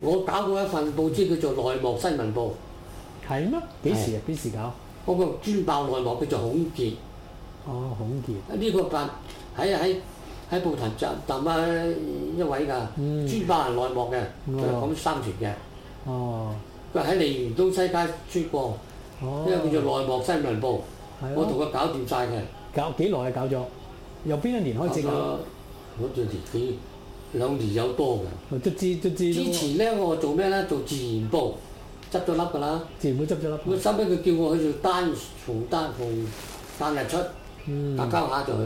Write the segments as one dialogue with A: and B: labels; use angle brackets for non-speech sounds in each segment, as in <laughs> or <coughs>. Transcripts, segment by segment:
A: 我搞過一份報紙叫做《內幕新聞部》，
B: 係咩？幾時啊？幾時搞？
A: 嗰個專爆內幕叫做孔傑。
B: 哦，孔傑，
A: 呢個辦喺喺喺報壇站站啊一位㗎，
B: 嗯
A: 專爆人內幕嘅，佢係
B: 哦
A: 講三傳嘅。
B: 哦，
A: 佢喺利源東西街出過，
B: 哦
A: 因，為叫做內幕新聞部，
B: 係
A: 我同
B: 咯，
A: 佢搞掂晒嘅。
B: 搞幾耐啊？搞咗，由邊一年開始搞？哦
A: 啊我做年幾兩年有多嘅。
B: 都知都知，
A: 之前咧，我做咩咧？做自然報，執咗粒㗎啦。
B: 自然會執咗粒。
A: 咁收尾佢叫我去做單從單從單日出，
B: 嗯
A: 打交下就去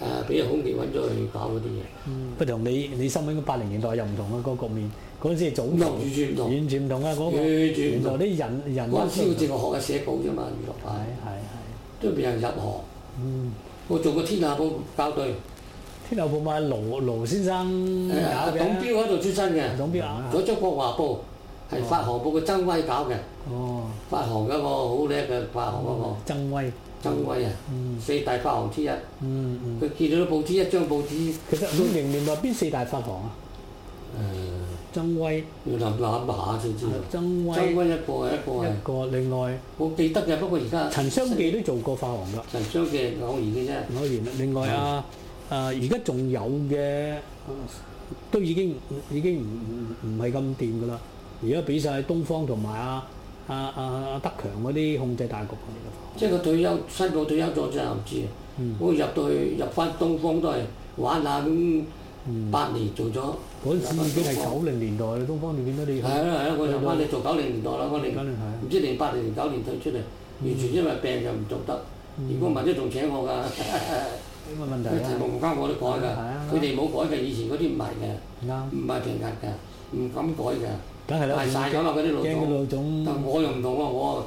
A: 誒俾孔傑揾咗去搞嗰啲嘢。
B: 嗯不同你你心喺八零年代又唔同啊，嗰個局面嗰陣時係早
A: 唔同完全唔同
B: 完全唔同啊！嗰個
A: 完全唔同
B: 原來啲人人
A: 嗰陣時我淨
B: 係
A: 係學嘅寫稿啫嘛，娛樂
B: 係啊
A: 派
B: 係，
A: 都未有入行。
B: 嗯，
A: 我做過天下報校對，
B: 天后部咪盧盧先生
A: 誒
B: 搞嘅，
A: 董彪嗰度出身嘅，
B: 啊董彪啊
A: 咗中國華報係發行部嘅曾威搞嘅，
B: 哦，
A: 發行嗰個好叻嘅發行嗰個
B: 曾威，
A: 曾威啊，
B: 嗯
A: 四大發行之一。
B: 嗯嗯，
A: 佢見到啲報紙一張報紙，
B: 其實五零年代邊四大發行啊？
A: 誒
B: 曾威、
A: 要諗諗下先知道。
B: 曾
A: 曾
B: 威
A: 威一個係一個係。
B: 一個，另外
A: 我記得嘅，不過而家
B: 陳商記都做過發行㗎。
A: 陳商記偶然嘅啫。
B: 我完啦。另外啊，誒而家仲有嘅，呃都已經已經唔唔唔係咁掂噶啦。而家俾晒東方同埋啊啊啊啊德強嗰啲控制大局嚟
A: 即係佢退休，新抱退休咗真係唔知啊。
B: 嗯
A: 我入到去入翻東方都係玩下咁，八年做咗。
B: 㗎。嗯嗰陣時已經係
A: 入
B: 九零年代啦，東方你見到你
A: 返東方。係啊係啊，我入翻你做九零年代啦，我零
B: 九零係嗯啊
A: 唔知零八年零九年退出嚟，完全因為病就唔做得。
B: 嗯
A: 如果唔係都仲請我㗎，
B: 呢個問題
A: 佢題
B: 啊，
A: 目唔啱我都改㗎
B: 係啊，
A: 佢哋冇改嘅，以前嗰啲唔係嘅，
B: 啱，
A: 唔係評核嘅，唔敢改嘅，
B: 梗係啦
A: 大，晒㗎嘛嗰啲老
B: 驚
A: 總
B: 驚。老總
A: 但我又唔同喎，我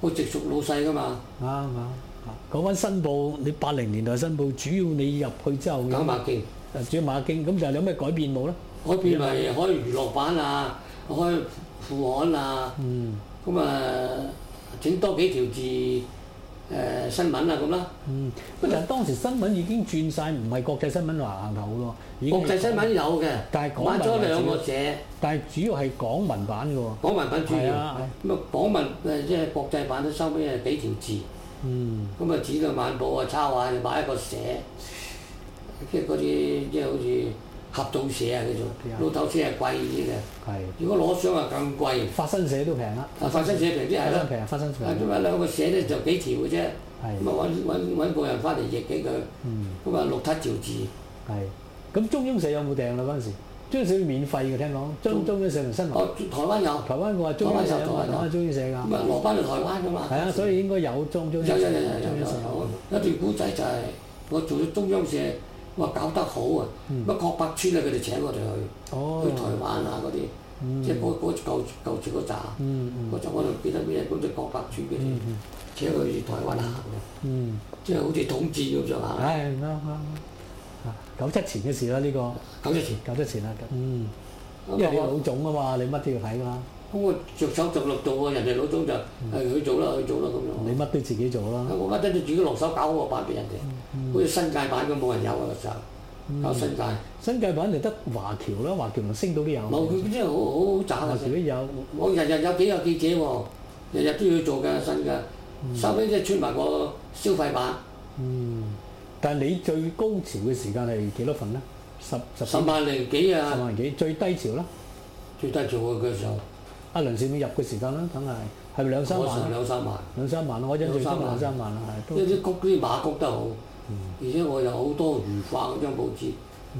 A: 我直屬老細噶嘛，
B: 啱啱。講翻新報，你八零年代新報，主要你入去之後，
A: 搞馬經，
B: 誒主要馬經，咁就係有咩改變冇咧？
A: 開變咪開娛樂版啊，開副刊啊，
B: 嗯
A: 咁啊整多幾條字誒、呃新聞啊咁啦。
B: 嗯，不過但係當時新聞已經轉晒，唔係國際新聞行頭咯，已經係
A: 國際新聞有嘅，
B: 但係港
A: 買
B: 文
A: 咗
B: 係
A: 兩
B: 主要
A: 個社，
B: 但係主要係港文版嘅喎。
A: 港文版主要，
B: 係
A: 咁
B: 啊
A: 啊港文誒即係國際版都收尾係幾條字，
B: 嗯，
A: 咁啊紙嘅晚報啊抄下就買一個社，即係嗰啲即係好似合組社啊
B: 係啊
A: 叫做，老頭社係貴啲嘅，
B: 係。
A: 如果攞獎啊更貴。
B: 法新社都平啦，
A: 啊，發生社評啲
B: 法
A: 係
B: 新
A: 啦，
B: 平，法新
A: 啊
B: 平。
A: 咁啊兩個社咧就幾條嘅啫，
B: 係
A: 咁啊揾揾揾個人翻嚟譯幾句，
B: 嗯，
A: 咁啊六七條字，
B: 係。咁中央社有冇訂啦啊嗰陣時？中央社免費嘅聽講，中中央社同新聞。
A: 哦台灣有，
B: 台灣嘅話中央社有冇講中央社
A: 咁
B: 㗎？
A: 啊羅班就台灣噶嘛，
B: 係啊，所以應該有中中
A: 有
B: 央
A: 有
B: 社
A: 有有有
B: 中央社。啊
A: 有，有一段古仔就係我做咗中央社，我話搞得好啊，乜郭百川啊佢哋請我哋去去台
B: 哦，
A: 灣啊嗰啲，即係嗰嗰舊舊時嗰扎，
B: 嗯
A: 嗰陣我就記得咩，咁就郭百川佢哋請去台灣行嘅，
B: 嗯，
A: 即係好似統治咁上下，
B: 唉，啱啱啱。啊九七前嘅事啦，呢個
A: 九一前。
B: 九七前啦，嗯。
A: 咁
B: 因為你
A: 我
B: 老總啊嘛，你乜都要睇嘛，
A: 咁我着手着落做喎，人哋老總就
B: 嗯
A: 係去做啦，去做啦咁
B: 你
A: 樣。
B: 乜都自己做啦。
A: 我覺得你自己落手搞好個版俾人
B: 嗯
A: 哋，好似新界版咁冇人有啊嗰時候，搞新界，
B: 新界版就得華僑啦，華僑同星島都有，
A: 冇
B: 華
A: 佢真係好好好渣嘅
B: 僑都有，
A: 我日日有幾個記者喎，日日都要做嘅新嘅，收尾即係出埋個消費版
B: 嗯。但係你最高潮嘅時間係幾多份咧？十十
A: 十
B: 幾
A: 萬零幾
B: 嗯十
A: 啊，
B: 萬幾，最低潮啦。
A: 最低做嘅時候，
B: 阿梁善美入嘅時間啦，梗係係咪兩三
A: 嗰時候
B: 萬啊？
A: 兩三萬，
B: 兩三萬啦，我印象中兩
A: 兩
B: 三
A: 三
B: 萬啦，係
A: 因
B: 都嗯
A: 為啲谷啲馬谷得好，而且我有好多餘化嗰張報紙，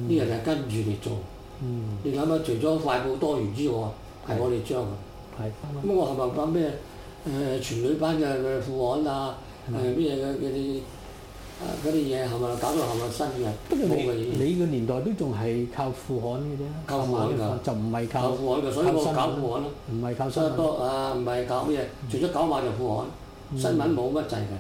A: 啲人係跟住嚟做。
B: 嗯
A: 你諗下，除咗快報多餘之外，係我哋將嘅。
B: 係
A: 咁我係咪講咩？誒、全女班嘅副刊啊，
B: 嗯
A: 誒咩嘅嗰啲啊嗰啲嘢係咪搞到係咪新嘅？
B: 不過你
A: 冇嘅嘢，
B: 你個年代都仲係靠副刊嘅啫，
A: 靠副刊㗎
B: 就唔係靠
A: 搞副刊嘅，所以我搞副刊咯。
B: 唔係啊靠新
A: 所以
B: 聞。
A: 多啊，唔係搞咩，除咗搞馬就副刊，
B: 嗯
A: 新聞冇乜滯嘅。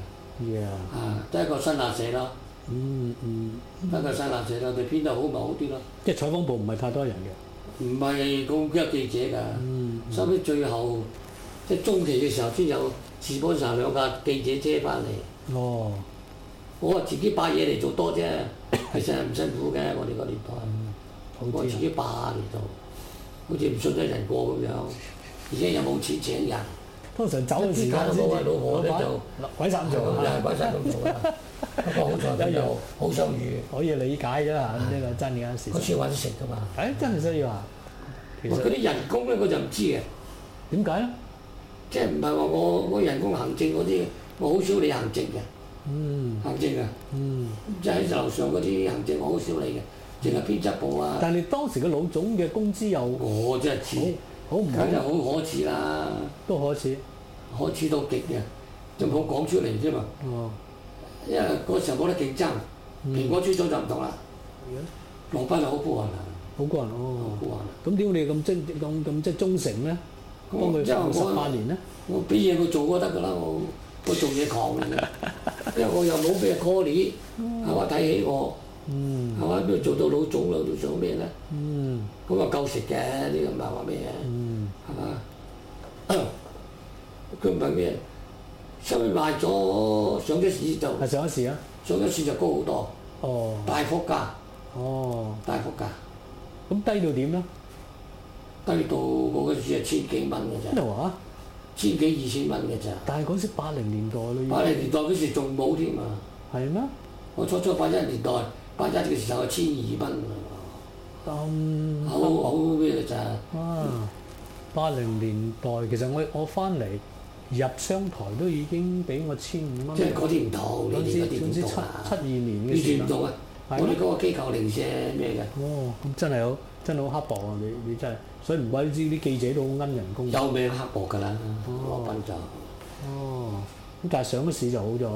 B: Yeah，Ừ,
A: 啊，得一個新亞社啦，
B: 嗯嗯，
A: 得一個新亞社啦，佢編得好咪好啲咯。
B: 即係採訪部唔係太多人嘅。
A: 唔係咁多記者
B: 嗯
A: 㗎，收尾最後即係中期嘅時候先有士波查兩架記者車翻嚟。
B: 哦，
A: 我話自己擺嘢嚟做多
B: <coughs>
A: 啫，其實係唔辛苦嘅。我哋個年代，
B: 嗯好
A: 我自
B: 啲啊，
A: 己擺嚟做，好似唔信得人過咁樣，而且又冇錢請人，
B: 通常走嘅時間先至
A: 一啲家都冇啊老婆咧就
B: 鬼殺咁
A: 就
B: 做
A: 咁
B: 啊
A: 就鬼晒咁做啦。
B: <laughs>
A: 不過好在佢又好相遇，
B: 可以理解啫嘛，呢個真嘅事
A: 好
B: 實。
A: 似揾食噶嘛。
B: 誒，真係需要啊！其
A: 我嗰
B: 實
A: 啲人工咧，我就唔知嘅，
B: 點解咧？
A: 即係唔係話我我人工行政嗰啲，我好少理行政嘅，
B: 嗯
A: 行政啊，
B: 嗯，
A: 即係喺樓上嗰啲行政我好少理嘅，淨係編輯部啊。
B: 但係當時嘅老總嘅工資又好
A: 我真係似，
B: 好唔
A: 梗
B: 好
A: 係好可恥啦，
B: 都可恥
A: 可恥到極嘅，就冇講出嚟啫嘛。
B: 哦。
A: 因為嗰時候冇得競爭，蘋果出咗就唔同啦，羅賓就好孤寒啦，
B: 好過人
A: 好
B: 哦。
A: 孤寒啦。
B: 咁點解你咁精咁咁即係忠誠咧？
A: 咁
B: 幫佢
A: 即係我
B: 服務十八年咧？
A: 我俾嘢佢做都得㗎啦，我我做嘢狂嚟嘅，因為我又冇俾 call 你，係嘛睇起我，
B: 嗯
A: 係嘛邊度做到老總啦，做做咩咧？
B: 嗯
A: 咁啊夠食嘅，呢個唔係話咩啊嘢，
B: 嗯
A: 係嘛？佢唔係咩，收尾賣咗上咗市就
B: 係上一次啊。
A: 上咗市就高好多，
B: 哦
A: 大幅價，
B: 哦，
A: 大幅價，
B: 咁低到點咧？
A: 低到我嗰陣時係千幾蚊嘅啫
B: 真。係話，
A: 千幾二千蚊嘅咋？
B: 但係嗰時八零年代
A: 八
B: 咯，
A: 零年代嗰時仲冇添啊！
B: 係咩？
A: 我初初八一年代，八一嘅時候係千二蚊啊，
B: 咁
A: 好好咩嘅咋？
B: 啊，八零年代其實我我翻嚟入商台都已經俾我千五蚊，
A: 即係嗰啲唔同，你
B: 嗰
A: 哋
B: 時
A: 嗰啲
B: 總
A: 唔
B: 之七
A: 同
B: 七
A: 啊！
B: 二年
A: 你
B: 嘅時
A: 哋唔
B: 間。
A: 同啊！我
B: 係
A: 哋嗰個機構零舍咩嘅，
B: 哦，咁真係好，真係好刻薄啊！你你真係，所以唔怪之啲記者都好奀人工。
A: 有名刻薄㗎啦，
B: 哦
A: 羅賓就
B: 哦，咁但係上咗市就好咗，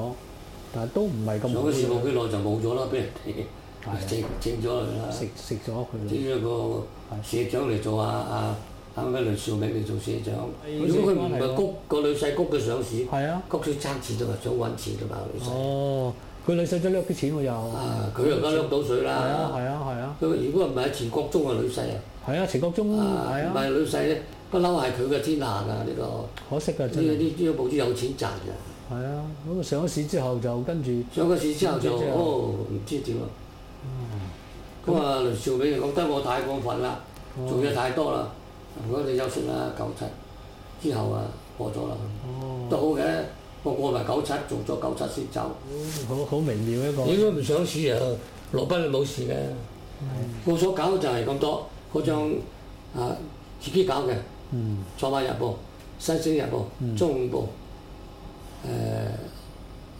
B: 但係都唔係咁
A: 上
B: 好
A: 咗市
B: 嘅
A: 冇幾耐就冇咗啦，俾人
B: 係啊
A: 哋整整咗佢啦，
B: 食食咗佢
A: 整
B: 啦。
A: 咗個社長嚟做啊啊啊咩梁兆銘嚟做社長，
B: 係
A: 如果佢唔
B: 關係
A: 係
B: 喎
A: 谷個女婿谷佢上市。
B: 係啊，
A: 谷水爭錢啫嘛，想揾錢啫嘛，女婿。
B: 哦，佢女婿仔掠啲錢喎又。係
A: 啊，佢又梗係濛到水
B: 啊
A: 啦。
B: 係啊係啊，
A: 佢如果唔係錢國忠嘅女婿啊，
B: 係啊，陳國忠
A: 啊
B: 係
A: 唔
B: 啊，
A: 係女婿咧，不嬲係佢嘅天下㗎呢個。
B: 可惜啊
A: 呢
B: 真係。
A: 呢呢個報紙有錢賺嘅。
B: 係啊，咁啊上咗市之後就跟住
A: 上咗市之後就
B: 唔知啫
A: 哦唔知點啦。
B: 嗯
A: 咁啊，梁兆銘就覺得我太過分啦，
B: 哦
A: 做嘢太多啦，唔該你休息啦，九七之後啊過咗啦，
B: 哦，
A: 都好嘅。我過埋九七，做咗九七先走。
B: 好好微妙一個，
A: 應該唔上市啊！羅賓你冇事嘅，
B: 嗯
A: 我所搞就係咁多，嗰張啊自己搞嘅《
B: 嗯
A: 賽馬日報》《新星日報》中午報》誒、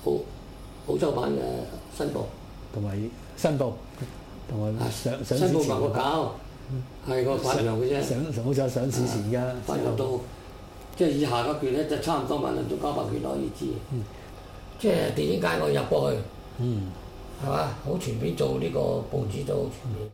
A: 澳澳洲版嘅新報，
B: 同埋申報，同
A: 啊
B: 埋上上
A: 新
B: 市
A: 報
B: 前
A: 埋我搞，係個發揚嘅啫，
B: 上好就上市前㗎，
A: 發揚到即係以下嗰段咧，就差唔多萬能到九百卷可以知。即係電影界我入過去，
B: 嗯。
A: 係嘛？好全面做呢個報紙都好全面。